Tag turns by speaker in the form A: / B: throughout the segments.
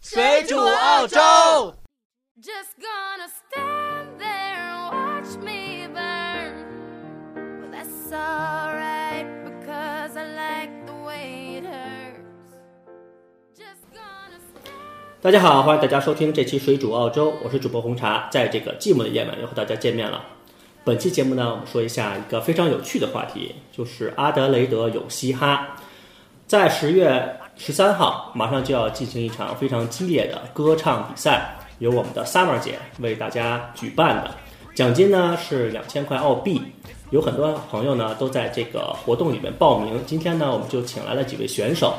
A: 水煮澳洲。
B: Just gonna stand there and watch me burn. Well, that's alright because I like the way it hurts. Just gonna stand.
C: 大家好，欢迎大家收听这期《水煮澳洲》，我是主播红茶，在这个寂寞的夜晚又和大家见面了。本期节目呢，我们说一下一个非常有趣的话题，就是阿德雷德有嘻哈。在十月十三号，马上就要进行一场非常激烈的歌唱比赛，由我们的 Summer 姐为大家举办的。奖金呢是两千块澳币，有很多朋友呢都在这个活动里面报名。今天呢，我们就请来了几位选手，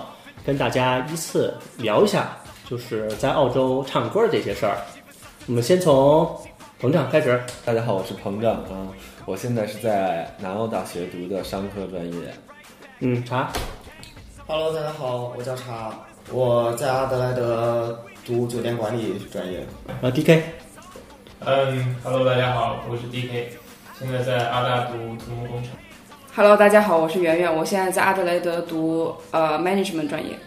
C: 跟大家依次聊一下，就是在澳洲唱歌这些事儿。我们先从膨胀开始，
D: 大家好，我是彭正啊，我现在是在南澳大学读的商科专业。
C: 嗯，查
E: Hello，大家好，我叫查，我在阿德莱德读酒店管理专业。
C: 啊 DK，
F: 嗯，Hello，大家好，我是 DK，现在在阿大读土木工程。
G: Hello，大家好，我是圆圆，我现在在阿德莱德读呃 management 专业。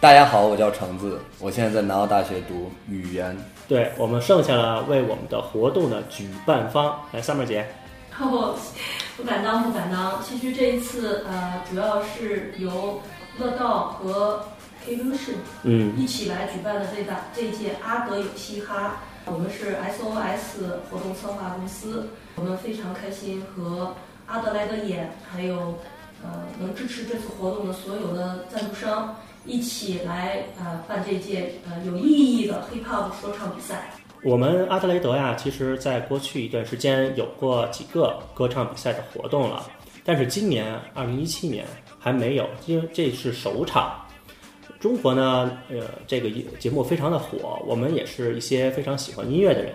H: 大家好，我叫橙子，我现在在南澳大学读语言。
C: 对我们剩下了为我们的活动的举办方来，Summer 姐，
I: 哦，不敢当，不敢当。其实这一次，呃，主要是由乐道和 K 歌市
C: 嗯，
I: 一起来举办的这大这一届阿德有嘻哈，我们是 SOS 活动策划公司，我们非常开心和阿德莱德眼还有呃能支持这次活动的所有的赞助商一起来呃办这届呃有意义的 hip hop 说唱比赛。
C: 我们阿德雷德呀，其实在过去一段时间有过几个歌唱比赛的活动了，但是今年啊二零一七年还没有，因为这是首场。中国呢，呃，这个节目非常的火，我们也是一些非常喜欢音乐的人，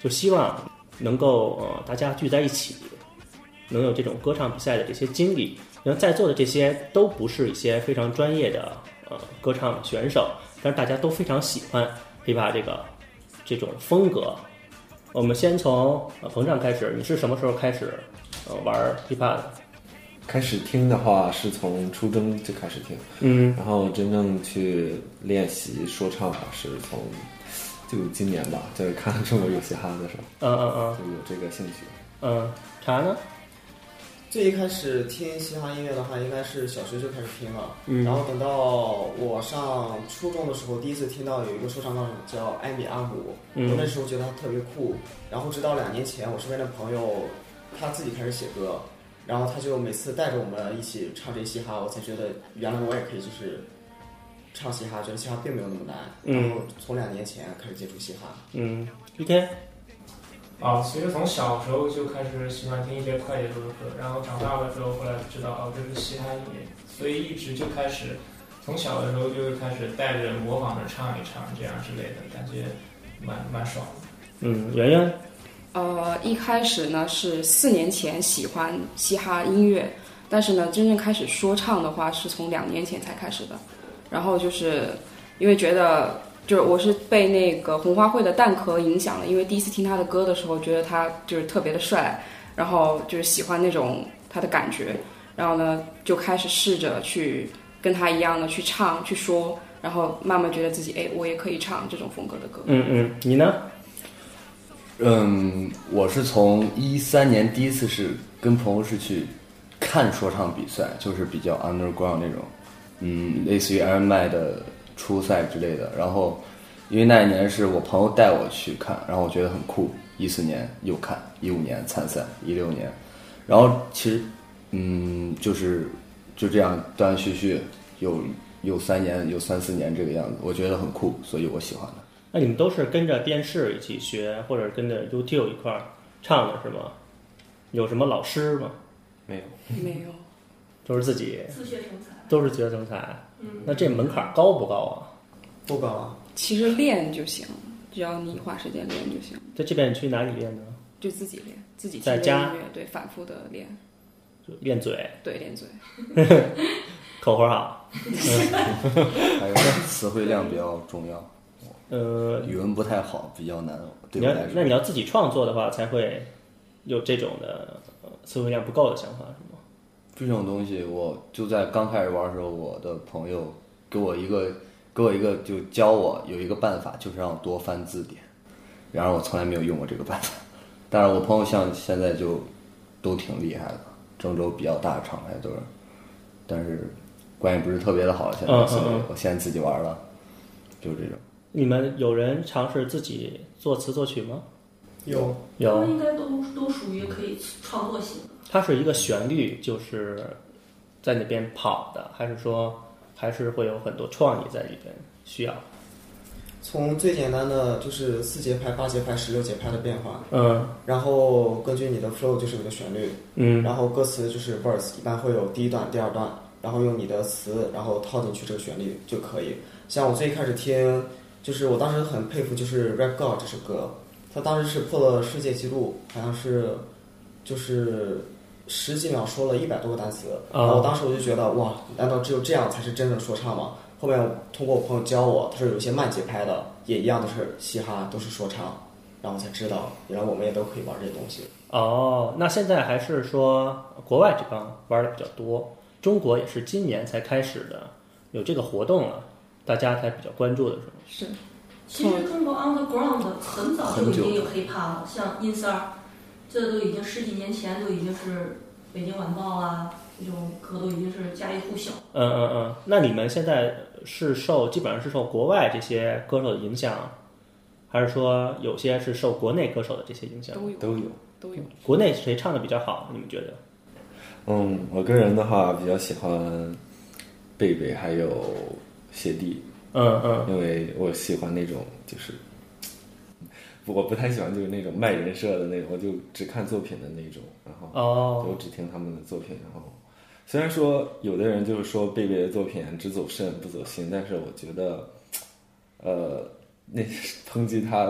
C: 就希望能够呃大家聚在一起，能有这种歌唱比赛的这些经历。然后在座的这些都不是一些非常专业的呃歌唱选手，但是大家都非常喜欢 hiphop 这个这种风格。我们先从呃膨胀开始，你是什么时候开始呃玩 hiphop 的？
D: 开始听的话是从初中就开始听，
C: 嗯，
D: 然后真正去练习说唱吧是从就今年吧，就是看《中国有嘻哈》的时候
C: 嗯嗯嗯
D: 就有这个兴趣。
C: 嗯，啥呢？
E: 最一开始听嘻哈音乐的话，应该是小学就开始听了。
C: 嗯
E: 然后等到我上初中的时候，第一次听到有一个说唱高手叫艾米阿姆，
C: 嗯
E: 我那时候觉得他特别酷。然后直到两年前，我身边的朋友他自己开始写歌，然后他就每次带着我们一起唱这嘻哈，我才觉得原来我也可以就是唱嘻哈，觉得嘻哈并没有那么难。
C: 嗯
E: 然后从两年前开始接触嘻哈。
C: 嗯，PK，
F: 啊，其实从小时候就开始喜欢听一些快节奏的歌，然后长大了之后，后来知道哦，这是嘻哈音乐，所以一直就开始，从小的时候就开始带着模仿着唱一唱这样之类的，感觉蛮蛮爽的。
C: 嗯，圆圆，
G: 呃，一开始呢是四年前喜欢嘻哈音乐，但是呢真正开始说唱的话是从两年前才开始的。然后就是因为觉得，就是我是被那个红花会的蛋壳影响了，因为第一次听他的歌的时候，觉得他就是特别的帅，然后就是喜欢那种他的感觉，然后呢就开始试着去跟他一样的去唱去说，然后慢慢觉得自己哎我也可以唱这种风格的歌。
C: 嗯嗯，你呢？
H: 嗯，我是从一三年第一次是跟朋友是去看说唱比赛，就是比较 underground 那种，嗯，类似于 Iron Man 的初赛之类的。然后，因为那一年是我朋友带我去看，然后我觉得很酷。一四年又看，一五年参赛，一六年，然后其实，嗯，就是就这样断断续续有有三年，有三四年这个样子，我觉得很酷，所以我喜欢它。
C: 那你们都是跟着电视一起学，或者跟着 YouTube 一块儿唱的是吗？有什么老师吗？
D: 没有，
G: 没有。
C: 都是自己，
I: 自学成才，
C: 都是学生才。
I: 嗯。
C: 哎那这门槛儿高不高啊？
E: 不高啊，
G: 其实练就行，只要你花时间练就行，
C: 在这边你去哪里练呢？
G: 就自己练，自己听
C: 在家
G: 音乐，对，反复的练，
C: 就练嘴，
G: 对，练嘴。
C: 口活好。
H: 还有词汇量比较重要，
C: 呃，
H: 语文不太好，比较难对
C: 你
H: 我
C: 要
H: 来
C: 那你
H: 说。
C: 要自己创作的话，才会有这种的呃词汇量不够的想法，是吗？
H: 这种东西，我就在刚开始玩的时候，我的朋友给我一个
A: 给我一个就教我有一个办法，就是让我多翻字典，然而我从来没有用过这个办法。但是我朋友像现在就都挺厉害的，郑州比较大的厂牌都是，但是关系不是特别的好，现
C: 嗯
A: 在、
C: 嗯
A: 所以
C: 嗯
A: 我现在自己玩了，就是这种。
C: 你们有人尝试自己作词作曲吗？
F: 有
I: 他
C: 有
I: 们，应该都都属于可以创作型的。
C: 它是一个旋律，就是在那边跑的，还是说还是会有很多创意在里边？需要，
E: 从最简单的就是四节拍、八节拍、十六节拍的变化，
C: 嗯
E: 然后根据你的 flow 就是你的旋律，
C: 嗯
E: 然后歌词就是 verse，一般会有第一段、第二段，然后用你的词，然后套进去这个旋律就可以。像我最开始听，就是我当时很佩服，就是《Rap God》这首歌，它当时是破了世界纪录，好像是就是十几秒说了一百多个单词，
C: 啊
E: 然后我当时我就觉得哇，难道只有这样才是真正说唱吗？后面通过我朋友教我，他说有一些慢节拍的也一样都是嘻哈，都是说唱，然后我才知道原来我们也都可以玩这些东西。
C: 哦，那现在还是说国外这帮玩的比较多，中国也是今年才开始的有这个活动了，大家才比较关注的是吗？
G: 是
I: 其实中国 underground 很早就已经有 hiphop 了，像 ins 二，这都已经十几年前都已经是北京晚报啊这种歌都已经是家喻户晓。
C: 嗯嗯嗯，那你们现在是受基本上是受国外这些歌手的影响，还是说有些是受国内歌手的这些影响？
G: 都有
D: 都有。
G: 都有。
C: 国内谁唱的比较好？你们觉得？
D: 嗯，我个人的话比较喜欢贝贝还有谢帝，
C: 嗯嗯
D: 因为我喜欢那种就是，我不太喜欢就是那种卖人设的那种，我就只看作品的那种，然后
C: 哦
D: 我只听他们的作品。然后虽然说有的人就是说贝贝的作品只走肾不走心，但是我觉得，呃， 那抨击他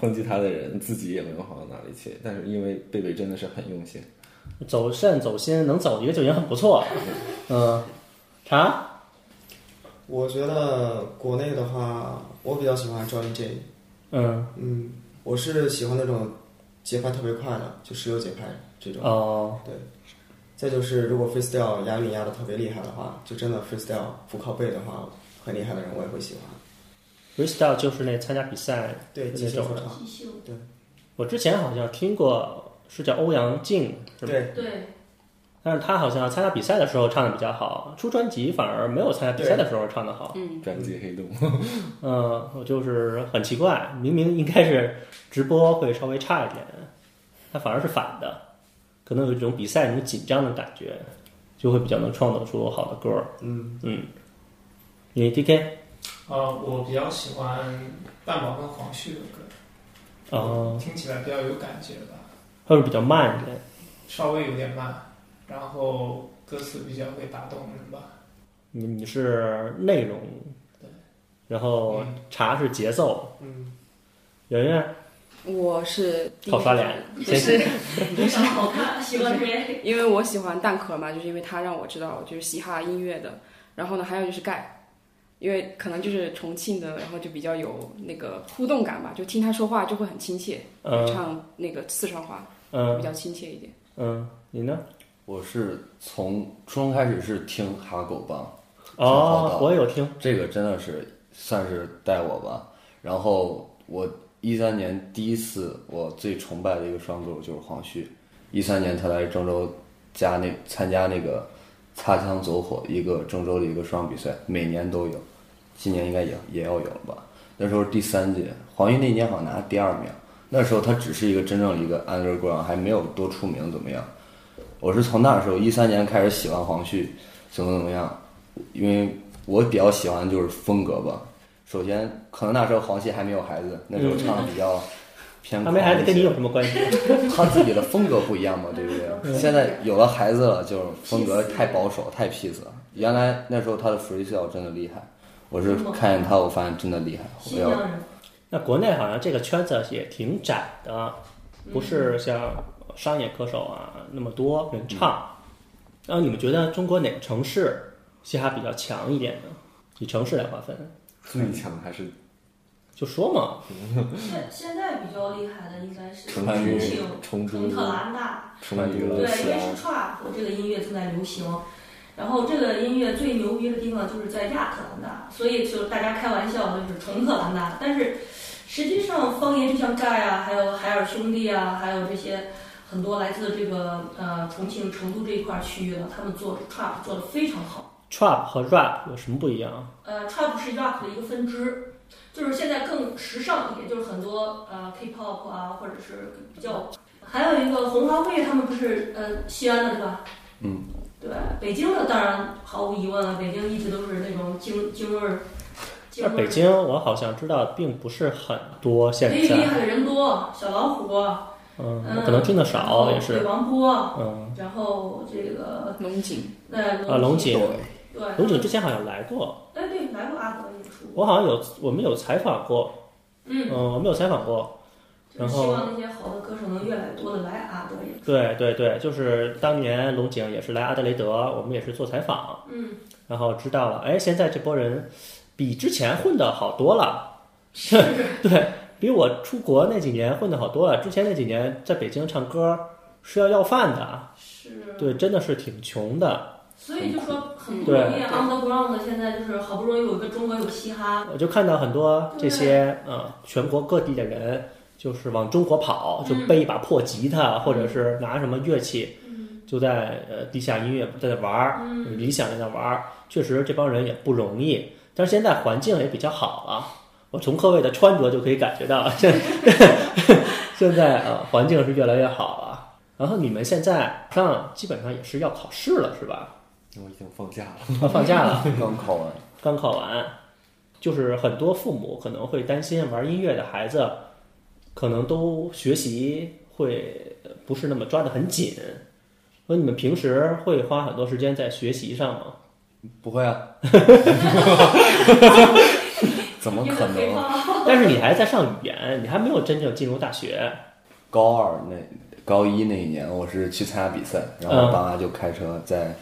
D: 抨击他的人自己也没有好到哪里去。但是因为贝贝真的是很用心，
C: 走肾走心能走一个就已经很不 错了。嗯，啥？
E: 我觉得国内的话，我比较喜欢 Johnny J。
C: 嗯
E: 嗯，我是喜欢那种节拍特别快的，就十六节拍这种。
C: 哦
E: 对，再就是如果 freestyle 押韵押的特别厉害的话，就真的 freestyle 不靠背的话，很厉害的人我也会喜欢。
C: ，freestyle 就是那参加比赛
E: 对，即
C: 那
E: 兴
C: 种
E: 说
C: 的。
E: 唱。
I: 即兴，
C: 我之前好像听过，是叫欧阳靖是吧？
E: 对
I: 对，
C: 但是他好像参加比赛的时候唱的比较好，出专辑反而没有参加比赛的时候唱的好。
D: 专辑黑洞。
C: 嗯，我就是很奇怪，明明应该是直播会稍微差一点，它反而是反的，可能有一种比赛那种紧张的感觉，就会比较能创作出好的歌儿。
E: 嗯，
C: 嗯，你 D K
F: 呃，我比较喜欢蛋宝跟黄旭的歌，
C: 哦，
F: 听起来比较有感觉吧，
C: 它是比较慢一点。
F: 稍微有点慢，然后歌词比较会打动人吧。
C: 你你是内容，然后
F: 嗯
C: 茶是节奏。
E: 嗯，
C: 圆圆
G: 我是第一
C: 好刷脸，
G: 不是
I: 非常好看，喜欢谁？
G: 因为我喜欢蛋壳嘛，就是因为他让我知道就是嘻哈音乐的。然后呢，还有就是盖，因为可能就是重庆的，然后就比较有那个互动感吧，就听他说话就会很亲切，
C: 嗯
G: 唱那个四川话比
C: 嗯
G: 较亲切一点。
C: 嗯，你呢？
A: 我是从初中开始是听哈狗帮，好
C: 哦
A: 的，
C: 我也有听。
A: 这个真的是算是带我吧。然后我一三年第一次我最崇拜的一个双狗就是黄旭，一三年他来郑州加那参加那个擦枪走火一个郑州的一个双比赛，每年都有，今年应该也也要有了吧？那时候第三届，黄旭那年好像拿第二名，那时候他只是一个真正一个 underground，还没有多出名怎么样。我是从那时候一三年开始喜欢黄旭，怎么怎么样，因为我比较喜欢就是风格吧。首先，可能那时候黄旭还没有孩子，那时候唱的比较偏
C: 他嗯
A: 狂
C: 没
A: 一些。
C: 孩子跟你有什么关系？
A: 他自己的风格不一样嘛，对不
C: 嗯
A: 对？现在有了孩子了，就是风格太保守、太 peace 了。原来那时候他的 freestyle 真的厉害，我是看见他，我发现真的厉害。我
I: 新疆
A: 要
I: 人，
C: 那国内好像这个圈子也挺窄的，不
I: 嗯
C: 是像商业歌手啊那么多人唱。然后你们觉得中国哪个城市嘻哈比较强一点呢？以城市来划分，
D: 最
I: 嗯
D: 强还是
C: 就说嘛，
I: 现现在比较厉害的应该是
D: 成
I: 重
D: 都
I: 庆、、
D: 成都
I: 成、特兰大，
D: 成都、
I: 嗯对，因
D: 西
I: 为
D: 安
I: 是 trap 这个音乐正在流行，然后这个音乐最牛逼的地方就是在亚特兰大，所以就大家开玩笑就是纯特兰大，但是实际上方言就像盖啊，还有海尔兄弟啊，还有这些很多来自这个呃重庆、成都这一块区域的，他们做 trap 做的非常好。
C: trap 和 rap 有什么不一样？
I: 呃，trap 是 rap 的一个分支，就是现在更时尚一点，就是很多呃 K-pop 啊，或者是比较，还有一个红花会，他们不是呃西安的对吧？
H: 嗯，
I: 对，北京的当然毫无疑问了，北京一直都是那种京京味儿。京
C: 但
I: 味儿
C: 北京我好像知道并不是很多，现
I: 最厉
C: 在
I: 害的人多，小老虎，
C: 嗯，
I: 嗯，
C: 我可能听的
I: 然后
C: 少也
I: 鬼
C: 是，
I: 王波，
C: 嗯
I: 然后这个
G: 龙井
I: 那
C: 啊，龙，井，
I: 对，
C: 龙井之前好像来过，
I: 哎对，来过阿德演出，
C: 我好像有我们有采访过，
I: 嗯，
C: 嗯，我们有采访过，然后
I: 希望那些好的歌手能越来越多的来阿德演出，
C: 对对对，就是当年龙井也是来阿德雷德，我们也是做采访，
I: 嗯。
C: 然后知道了，哎，现在这波人比之前混的好多了， 对比我出国那几年混的好多了。之前那几年在北京唱歌是要要饭的，
I: 是，
C: 对，真的是挺穷的。
I: 所以就说很不
C: 对
I: 容易。Underground 啊现在就是好不容易有一个中国有嘻哈，
C: 我就看到很多这些呃全国各地的人，就是往中国跑，就
I: 嗯
C: 背一把破吉他，或者是拿什么乐器，
I: 嗯
C: 就在呃地下音乐在那玩儿，理想在那玩儿。确实，这帮人也不容易，但是现在环境也比较好了。我从各位的穿着就可以感觉到， 现现在啊环境是越来越好了。然后你们现在上基本上也是要考试了，是吧？
D: 我已经放假了。
C: 要放假了。
H: 刚考完，
C: 刚考完，就是很多父母可能会担心玩音乐的孩子，可能都学习会呃不是那么抓得很紧。所以你们平时会花很多时间在学习上吗？
H: 不会 啊？怎么
I: 因为
H: 可
I: 肥
H: 能？啊
I: 胖，啊
C: 但是你还在上语言，你还没有真正进入大学。
H: 高二那高一那一年，我是去参加比赛，然后
C: 嗯
H: 我爸妈就开车在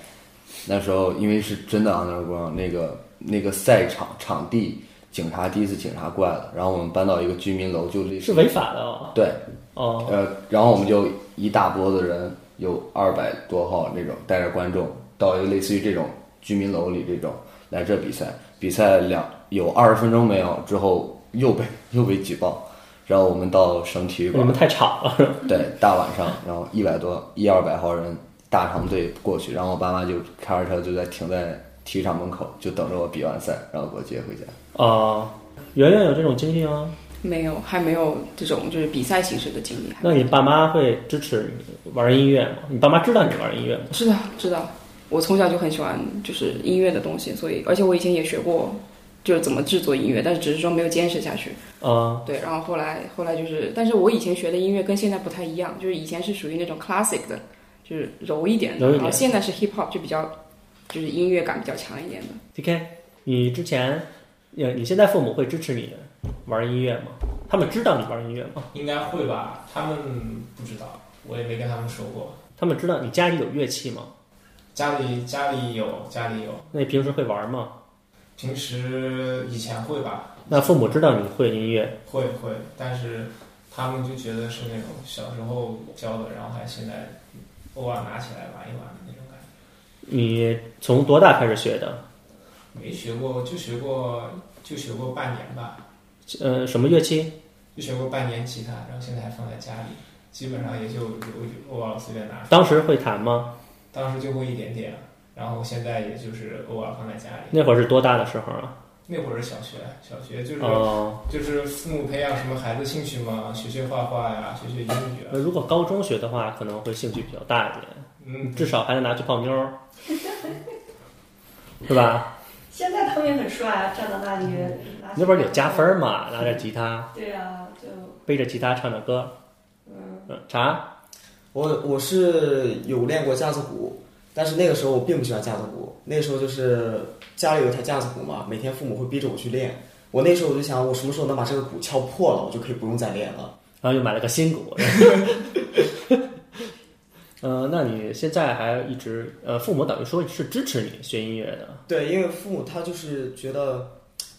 H: 那时候，因为是真的 underground 那个那个赛场场地，警察第一次警察过来了，然后我们搬到一个居民楼，就类似
C: 是
H: 于
C: 违法的哦。
H: 对，
C: 哦
H: 呃，然后我们就一大波子人，有二百多号那种带着观众到一个类似于这种居民楼里这种来这比赛，比赛两有二十分钟没有之后又被又被举报，然后我们到省体育
C: 你
H: 馆
C: 们，太吵了。
H: 对，大晚上，然后一百多一二百号人大长队过去，然后我爸妈就开着车就在停在体育场门口，就等着我比完赛，然后给我接回家。
C: 哦，圆圆有这种经历吗？
G: 没有，还没有这种就是比赛形式的经历。还
C: 那你爸妈会支持你玩音乐吗？你爸妈知道你玩音乐吗？
G: 知道知道，我从小就很喜欢就是音乐的东西，所以而且我以前也学过，就是怎么制作音乐，但是只是说没有坚持下去。
C: 啊、
G: 对，然后后来后来就是，但是我以前学的音乐跟现在不太一样，就是以前是属于那种 classic 的，就是柔一点的，
C: 柔一点
G: 然后现在是 hip hop 就比较就是音乐感比较强一点的。
C: t k 你之前，呃，你现在父母会支持你玩音乐吗？他们知道你玩音乐吗？
F: 应该会吧？他们不知道，我也没跟他们说过。
C: 他们知道你家里有乐器吗？
F: 家里家里有，家里有。
C: 那你平时会玩吗？
F: 平时以前会吧，
C: 那父母知道你会音乐，
F: 会会，但是他们就觉得是那种小时候教的，然后还现在偶尔拿起来玩一玩的那种感觉。
C: 你从多大开始学的？
F: 没学过，就学过就学过半年吧，
C: 呃，什么乐器？
F: 就学过半年吉他，然后现在还放在家里，基本上也就偶偶尔随便拿出来。
C: 当时会弹吗？
F: 当时就会一点点，然后现在也就是偶尔放在家里。
C: 那会儿是多大的时候啊？
F: 那会儿是小学，小学就是、
C: 哦、
F: 就是父母培养什么孩子兴趣嘛，学学画画呀，学学英语
C: 那
F: 啊，
C: 如果高中学的话，可能会兴趣比较大一点，
F: 嗯，
C: 至少还能拿去泡妞儿，是吧？
I: 现在他们也很帅啊，站在那里，拿起
C: 嗯那不是得加分？儿嘛？拿着吉他，
I: 对啊，就
C: 背着吉他唱着歌。
I: 嗯，
C: 嗯，啥？
E: 我我是有练过架子鼓，但是那个时候我并不喜欢架子鼓。那个时候就是家里有一台架子鼓嘛，每天父母会逼着我去练。我那时候我就想，我什么时候能把这个鼓敲破了，我就可以不用再练了。
C: 然后又买了个新 鼓。嗯、那你现在还一直呃，父母等于说是支持你学音乐的，
E: 对，因为父母他就是觉得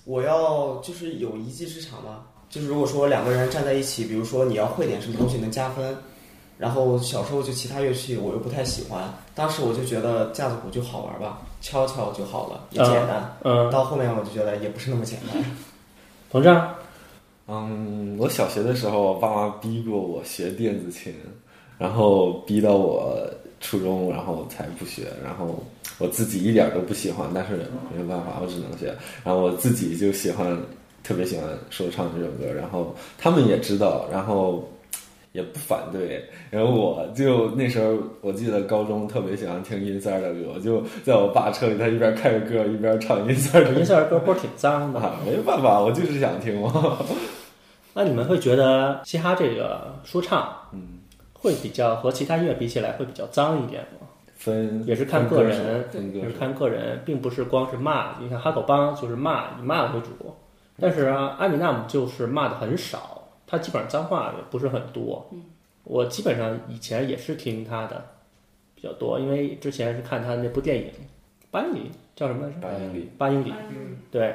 E: 我要就是有一技之长嘛，就是如果说两个人站在一起，比如说你要会点什么东西能加分，然后小时候就其他乐器我又不太喜欢，当时我就觉得架子鼓就好玩吧，敲敲就好了，也简单。
C: 嗯，
E: 到后面我就觉得也不是那么简单。
C: 膨胀，
D: 嗯，我小学的时候，爸妈逼过我学电子琴，然后逼到我初中，然后才不学。然后我自己一点儿都不喜欢，但是没有办法，我只能学。然后我自己就喜欢，特别喜欢说唱这首歌。然后他们也知道，然后也不反对。然后我就那时候，我记得高中特别喜欢听音三儿的歌，我就在我爸车里，他一边开着歌一边唱音三儿的
C: 音
D: 歌。
C: 色歌不是挺脏
E: 嗯
C: 的。
D: 啊，没办法，我就是想听嘛。
C: 那你们会觉得嘻哈这个说唱，嗯，会比较和其他音乐比起来会比较脏一点吗？
D: 分
C: 也是看个人，
D: 分
C: 也
D: 个
C: 是
D: 人。
C: 看个人，并不是光是骂。你看哈狗帮就是骂，以骂为主，但是啊，阿米纳姆就是骂的很少，他基本上脏话也不是很多。我基本上以前也是听他的比较多，因为之前是看他那部电影《八英里》，叫什么来着？
D: 八英里，
C: 八英里。
F: 嗯，
C: 对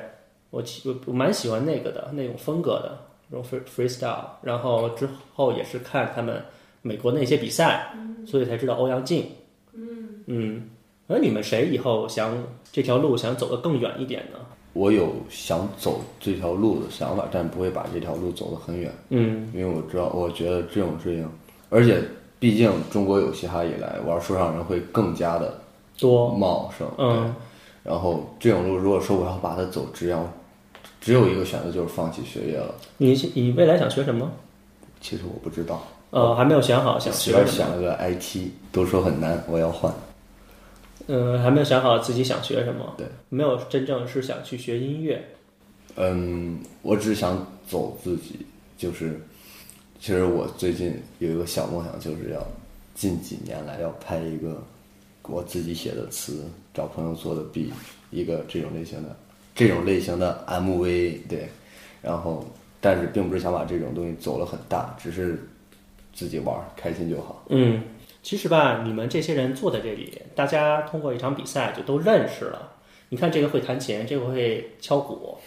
C: 我其我我蛮喜欢那个的那种风格的那种 free freestyle，然后之后也是看他们美国那些比赛，所以才知道欧阳靖。嗯嗯，那你们谁以后想这条路想走得更远一点呢？
H: 我有想走这条路的想法，但不会把这条路走得很远，
C: 嗯
H: 因为我知道，我觉得这种事情，而且毕竟中国有嘻哈以来，玩说唱人会更加的
C: 多
H: 茂盛，
C: 嗯
H: 对。然后这种路，如果说我要把它走直，然后只有一个选择就是放弃学业了。
C: 你你未来想学什么？
H: 其实我不知道，
C: 呃，还没有想好想
H: 随
C: 学
H: 便
C: 什么。
H: 想了个 IT，都说很难，我要换。
C: 嗯，还没有想好自己想学什么。
H: 对，
C: 没有真正是想去学音乐。
H: 嗯，我只想走自己，就是，其实我最近有一个小梦想，就是要近几年来要拍一个我自己写的词，找朋友做的 B，一个这种类型的这种类型的 MV，对，然后但是并不是想把这种东西走了很大，只是自己玩儿开心就好。
C: 嗯，其实吧，你们这些人坐在这里，大家通过一场比赛就都认识了。你看，这个会弹琴，这个会敲鼓，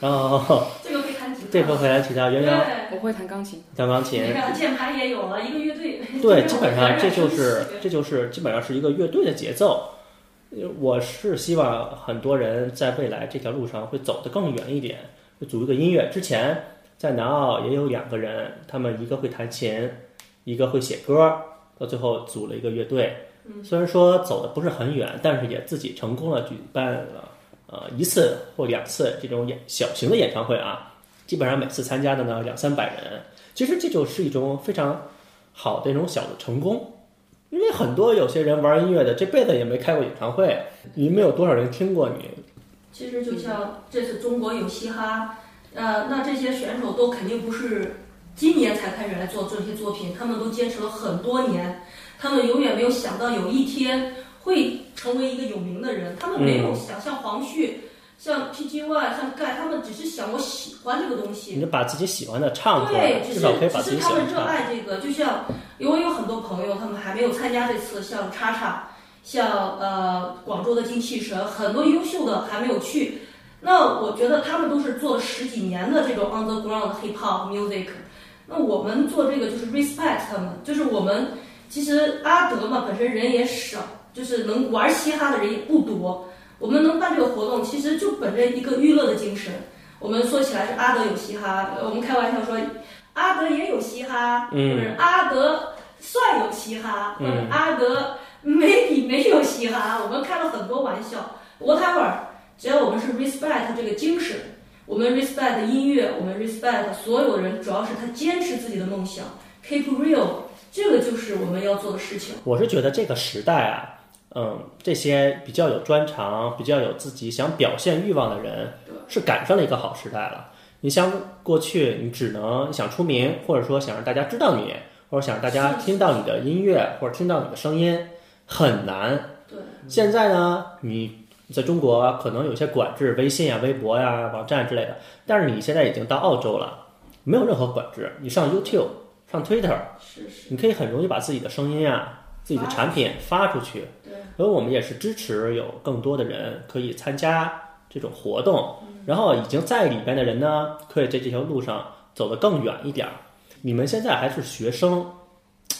C: 然后
I: 这个会弹吉他，
C: 这个会弹吉他，圆圆
I: 啊对，
G: 我会弹钢琴，
C: 弹钢琴
I: 你。看键盘也有了，一个乐队，
C: 对，基本上这
I: 这是我
C: 就
I: 个
C: 是
I: 人兴趣
C: 这就是基本上是一个乐队的节奏。呃我是希望很多人在未来这条路上会走得更远一点，会组一个音乐。之前在南澳也有两个人，他们一个会弹琴，一个会写歌，到最后组了一个乐队。
I: 嗯
C: 虽然说走的不是很远，但是也自己成功了举办了呃一次或两次这种演小型的演唱会啊，基本上每次参加的呢两三百人。其实这就是一种非常好的一种小的成功，因为很多有些人玩音乐的这辈子也没开过演唱会，也没有多少人听过你。
I: 其实就像这次中国有嘻哈，呃，那这些选手都肯定不是今年才开始来做这些作品，他们都坚持了很多年，他们永远没有想到有一天会成为一个有名的人，他们没有想像黄旭、像 PG One、像盖，他们只是想我喜欢这个东西
C: 你，就把自己喜欢的唱出来
I: 对，，
C: 至
I: 只是
C: 少可以把自
I: 只是
C: 己喜
I: 他
C: 欢
I: 们
C: 的
I: 热
C: 唱。
I: 爱这个，就像因为我有很多朋友，他们还没有参加这次，像叉叉，像呃广州的精气神，很多优秀的还没有去。那我觉得他们都是做了十几年的这种 underground hip hop music，那我们做这个就是 respect 他们，就是我们其实阿德嘛本身人也少，就是能玩嘻哈的人也不多。我们能办这个活动，其实就本着一个娱乐的精神。我们说起来是阿德有嘻哈，呃我们开玩笑说阿德也有嘻哈，
C: 嗯
I: 或者阿德算有嘻哈，或者
C: 嗯
I: 阿德 maybe 没有嘻哈。我们开了很多玩笑，whatever，只要我们是 respect 这个精神，我们 respect 音乐，我们 respect 所有人，主要是他坚持自己的梦想，keep real，这个就是我们要做的事情。
C: 我是觉得这个时代啊，嗯，这些比较有专长、比较有自己想表现欲望的人，是赶上了一个好时代了。你像过去，你只能想出名，或者说想让大家知道你，或者想让大家听到你的音乐，或者听到你的声音，很难。
I: 对，
C: 现在呢，你在中国啊可能有些管制，微信啊、微博呀、网站之类的，但是你现在已经到澳洲了，没有任何管制，你上 YouTube、上 Twitter，
I: 是是，
C: 你可以很容易把自己的声音啊、自己的产品发出去。
I: 对。
C: 所以我们也是支持有更多的人可以参加这种活动，然后已经在里边的人呢，可以在这条路上走得更远一点儿。你们现在还是学生，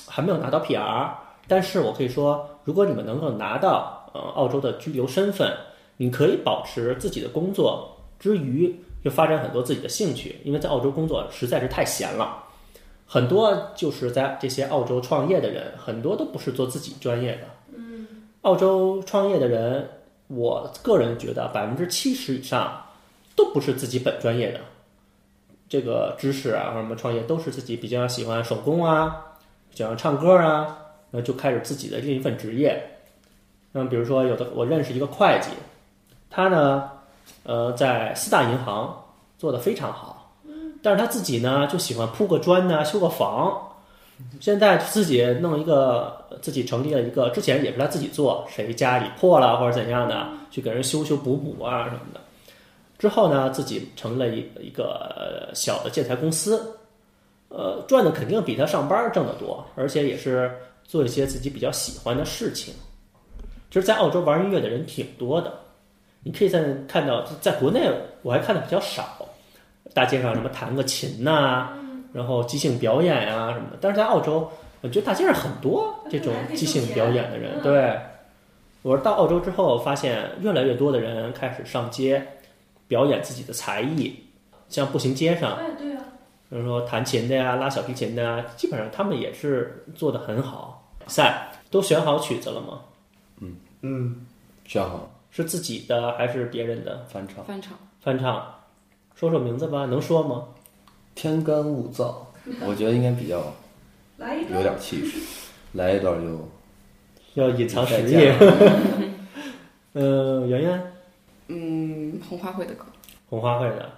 C: 还没有拿到 PR，但是我可以说，如果你们能够拿到呃澳洲的居留身份，你可以保持自己的工作之余，又发展很多自己的兴趣，因为在澳洲工作实在是太闲了。很多就是在这些澳洲创业的人，很多都不是做自己专业的。嗯，澳洲创业的人，我个人觉得百分之七十以上都不是自己本专业的，这个知识啊，或者什么创业都是自己比较喜欢手工啊，比较唱歌啊，然后就开始自己的另一份职业。那么比如说，有的我认识一个会计，他呢，呃，在四大银行做得非常好，但是他自己呢就喜欢铺个砖呐、修个房。现在自己弄一个，自己成立了一个，之前也是他自己做，谁家里破了或者怎样的，去给人修修补补啊什么的。之后呢，自己成立了一一个呃小的建材公司，呃，赚的肯定比他上班挣得多，而且也是做一些自己比较喜欢的事情。其实，在澳洲玩音乐的人挺多的，你可以在看到，在国内我还看的比较少，大街上什么弹个琴呐、然后即兴表演啊什么的。但是在澳洲，我觉得大街上很多这种即兴表演的人。对，我是到澳洲之后发现，越来越多的人开始上街表演自己的才艺，像步行街上，
I: 哎，对啊，
C: 比如说弹琴的呀、拉小提琴的呀，基本上他们也是做的很好。赛都选好曲子了吗？
E: 嗯，
H: 选好
C: 是自己的还是别人的
H: 翻唱，
G: 翻唱。
C: 翻唱？说说名字吧，能说吗？
H: 天干物燥，我觉得应该比较
I: 来一
H: 有
I: 个
H: 点气势，来一段就
C: 要隐藏
H: 再
C: 实
H: 见
C: 力。
H: 了
C: 嗯，圆圆，
G: 嗯，红花会的歌，
C: 红花会的。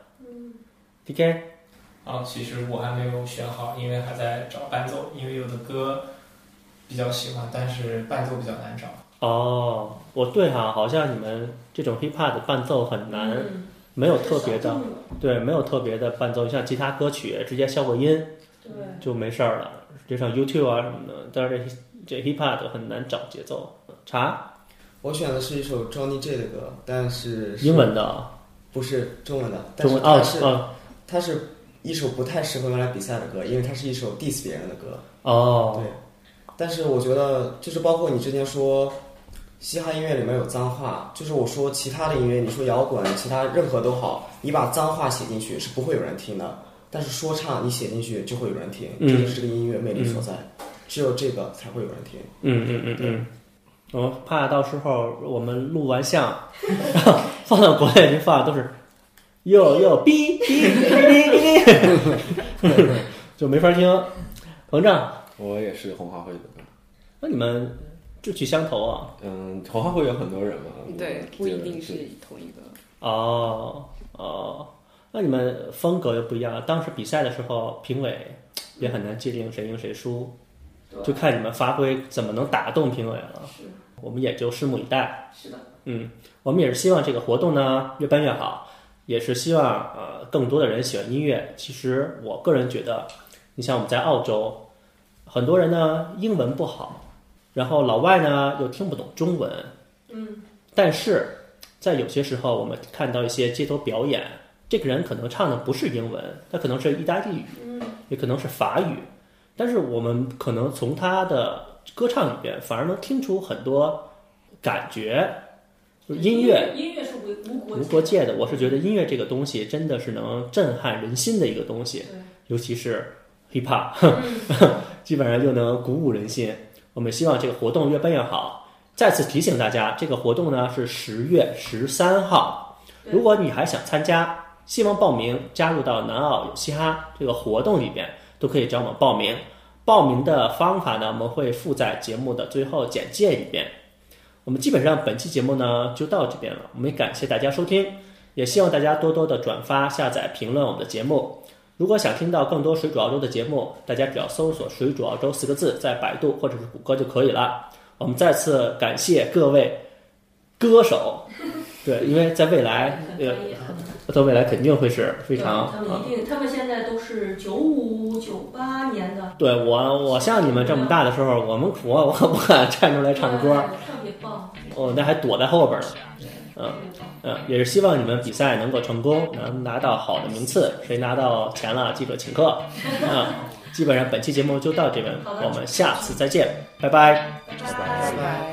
C: D
I: 嗯
C: K，
F: 啊，其实我还没有选好，因为还在找伴奏，因为有的歌比较喜欢，但是伴奏比较难找。
C: 哦，我对哈、好像你们这种 hip hop 的伴奏很难，
I: 嗯
C: 没有特别
I: 小
C: 的，
I: 众了
C: 对，没有特别的伴奏，像其他歌曲直接消过音
I: 对，
C: 就没事儿了，就上 YouTube 啊什么的。但是这这 hip hop 很难找节奏。查
E: 我选的是一首 Johnny J 的歌，但是是
C: 英文的啊，
E: 不是中文的，但
C: 中
E: 是
C: 文啊
E: 它是
C: 啊
E: 它是一首不太适合用来比赛的歌，因为它是一首 diss 别人的歌。
C: 哦
E: 对，但是我觉得就是包括你之前说嘻哈音乐里面有脏话，就是我说其他的音乐，你说摇滚，其他任何都好，你把脏话写进去是不会有人听的，但是说唱你写进去就会有人听，
C: 嗯
E: 这就是这个音乐魅力所在，只有这个才会有人听。
C: 嗯嗯嗯嗯，我怕到时候我们录完像，然后 放到国内去放都是哟哟哔哔哔哔哔， 就没法听。膨胀，
D: 我也是红花会的歌，
C: 那你们志趣相投啊？
D: 嗯，红花会有很多人嘛，
A: 哦
G: 对
D: 我，
G: 不一
D: 觉得
G: 定是同一个。
C: 哦哦，那你们风格又不一样。当时比赛的时候，评委也很难界定谁赢谁输，
I: 对
C: 就看你们发挥怎么能打动评委了。
I: 是
C: 我们也就拭目以待。
I: 是的，
C: 嗯，我们也是希望这个活动呢越办越好，也是希望呃更多的人喜欢音乐。其实我个人觉得，你像我们在澳洲，很多人呢英文不好，然后老外呢又听不懂中文，
I: 嗯，
C: 但是在有些时候我们看到一些街头表演，这个人可能唱的不是英文，他可能是意大利语，也可能是法语，但是我们可能从他的歌唱里边反而能听出很多感觉，就是音乐
I: 音乐是无无国
C: 无国界的，我是觉得音乐这个东西真的是能震撼人心的一个东西，尤其是 hip hop，、基 本上就能鼓舞人心。我们希望这个活动越办越好。再次提醒大家，这个活动呢是十月十三号，
I: 对
C: 如果你还想参加，希望报名加入到南澳有嘻哈这个活动里边，都可以找我们报名。报名的方法呢，我们会附在节目的最后简介里边。我们基本上本期节目呢就到这边了，我们也感谢大家收听，也希望大家多多的转发、下载、评论我们的节目。如果想听到更多水煮澳洲的节目，大家只要搜索“水煮澳洲”四个字，在百度或者是谷歌就可以了。我们再次感谢各位歌手，对，因为在未来，呃，
I: 专业很难
C: 在未来肯定会是非常
I: 啊他
C: 啊
I: 们一定，他们现在都是九五九八年的，
C: 对我，我像你们这么大的时候，我们我我可不敢站出来唱歌，
I: 对特别棒，
C: 我、那还躲在后边呢。
I: 特
C: 嗯
I: 别棒。
C: 嗯，也是希望你们比赛能够成功，能拿到好的名次。谁拿到钱了，记者请客。嗯，基本上本期节目就到这边，
I: 好的
C: 我们下次再见，拜拜。
I: 拜拜。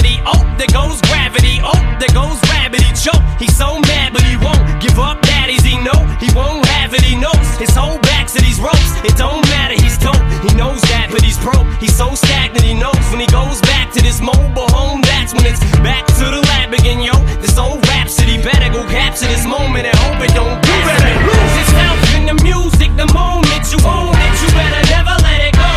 A: Oh, there goes gravity. Oh, there goes rabbit. He choke. He's so mad, but he won't give up. Daddies, he know he won't have it. He knows his whole back to these ropes. It don't matter. He's dope. He knows that, but he's broke. He's so stagnant. He knows when he goes back to this mobile home. That's when it's back to the lab again, yo. This old rhapsody better go capture this moment and hope it don't. You better lose his health in the music. The moment you own it, you better never let it go.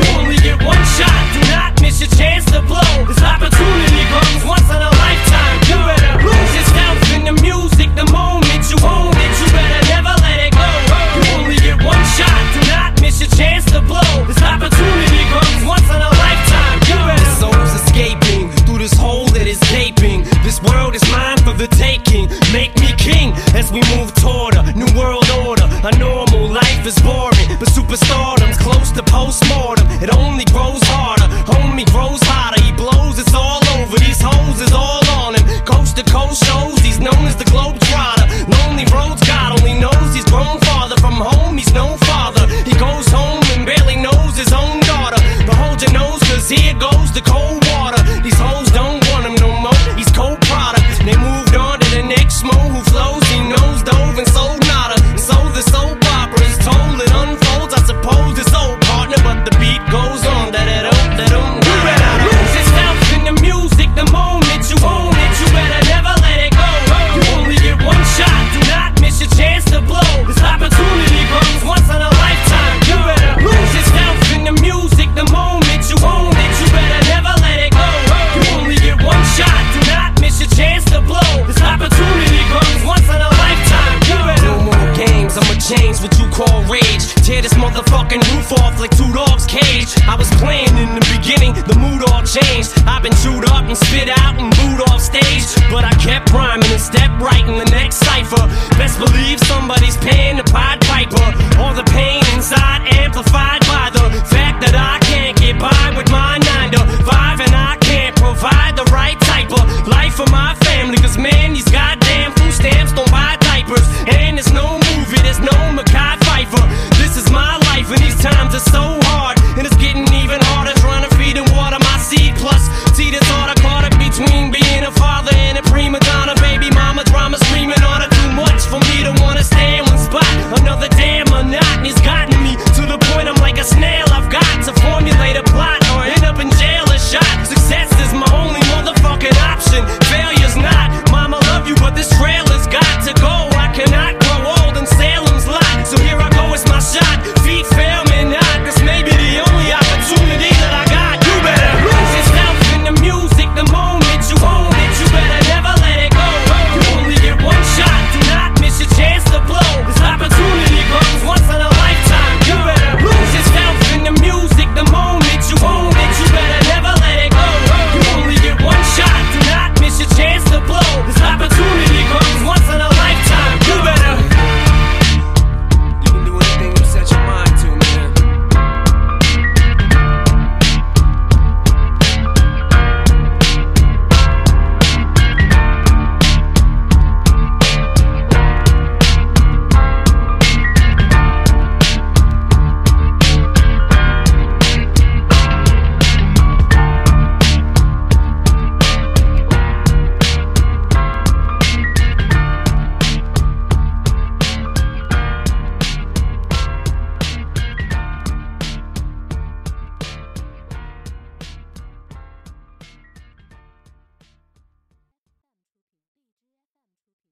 A: You only get one shot. Do not miss your chance to blow. This opportunity comes once in a lifetime. You better lose yourself in the music. The moment you own it, you better never let it go. You only get one shot. Do not miss your chance to blow. This opportunity comes once in a lifetime. You better. Souls escaping through this hole that is gaping. This world is mine for the taking. Make me king as we move toward a new world order. A normal life is boring, but superstardom's close to postmortem. It only grows harder. Homie grows hotter. He blows. It's all over. These hoes is all on him. Coast to coast shows. He's known as the globetrotter. Lonely roads. God only knows he's grown farther from home. He's no father. He goes home and barely knows his own daughter. But hold your nose, cause here goes the cold water. These hoes don't want him no more. He's cold product. They moved on to the next mo who flows. He knows dove and sold nada. And so the soap opera is told. It unfolds. I suppose it's old partner, but the beat goes on. Da da da da da. You better lose yourself in the music the moment you own it. You better never let it go. You only get one shot. Do not miss your chance to blow. This opportunity comes once in a lifetime. You better lose yourself in the music the moment you own it. You better never let it go. You only get one shot. Do not miss your chance to blow. This opportunity comes once in a lifetime. You better. No more games. I'ma change what you call rage. Tear this motherfucking roof off like two dogs cage. I was playing in the beginning. The mood all changed. I've been chewed up and spit out and booed off stage. But I kept rhyming and stepped right in the next cipher. Best believe somebody's paying the Pied Piper. All the pain inside amplified by the fact that I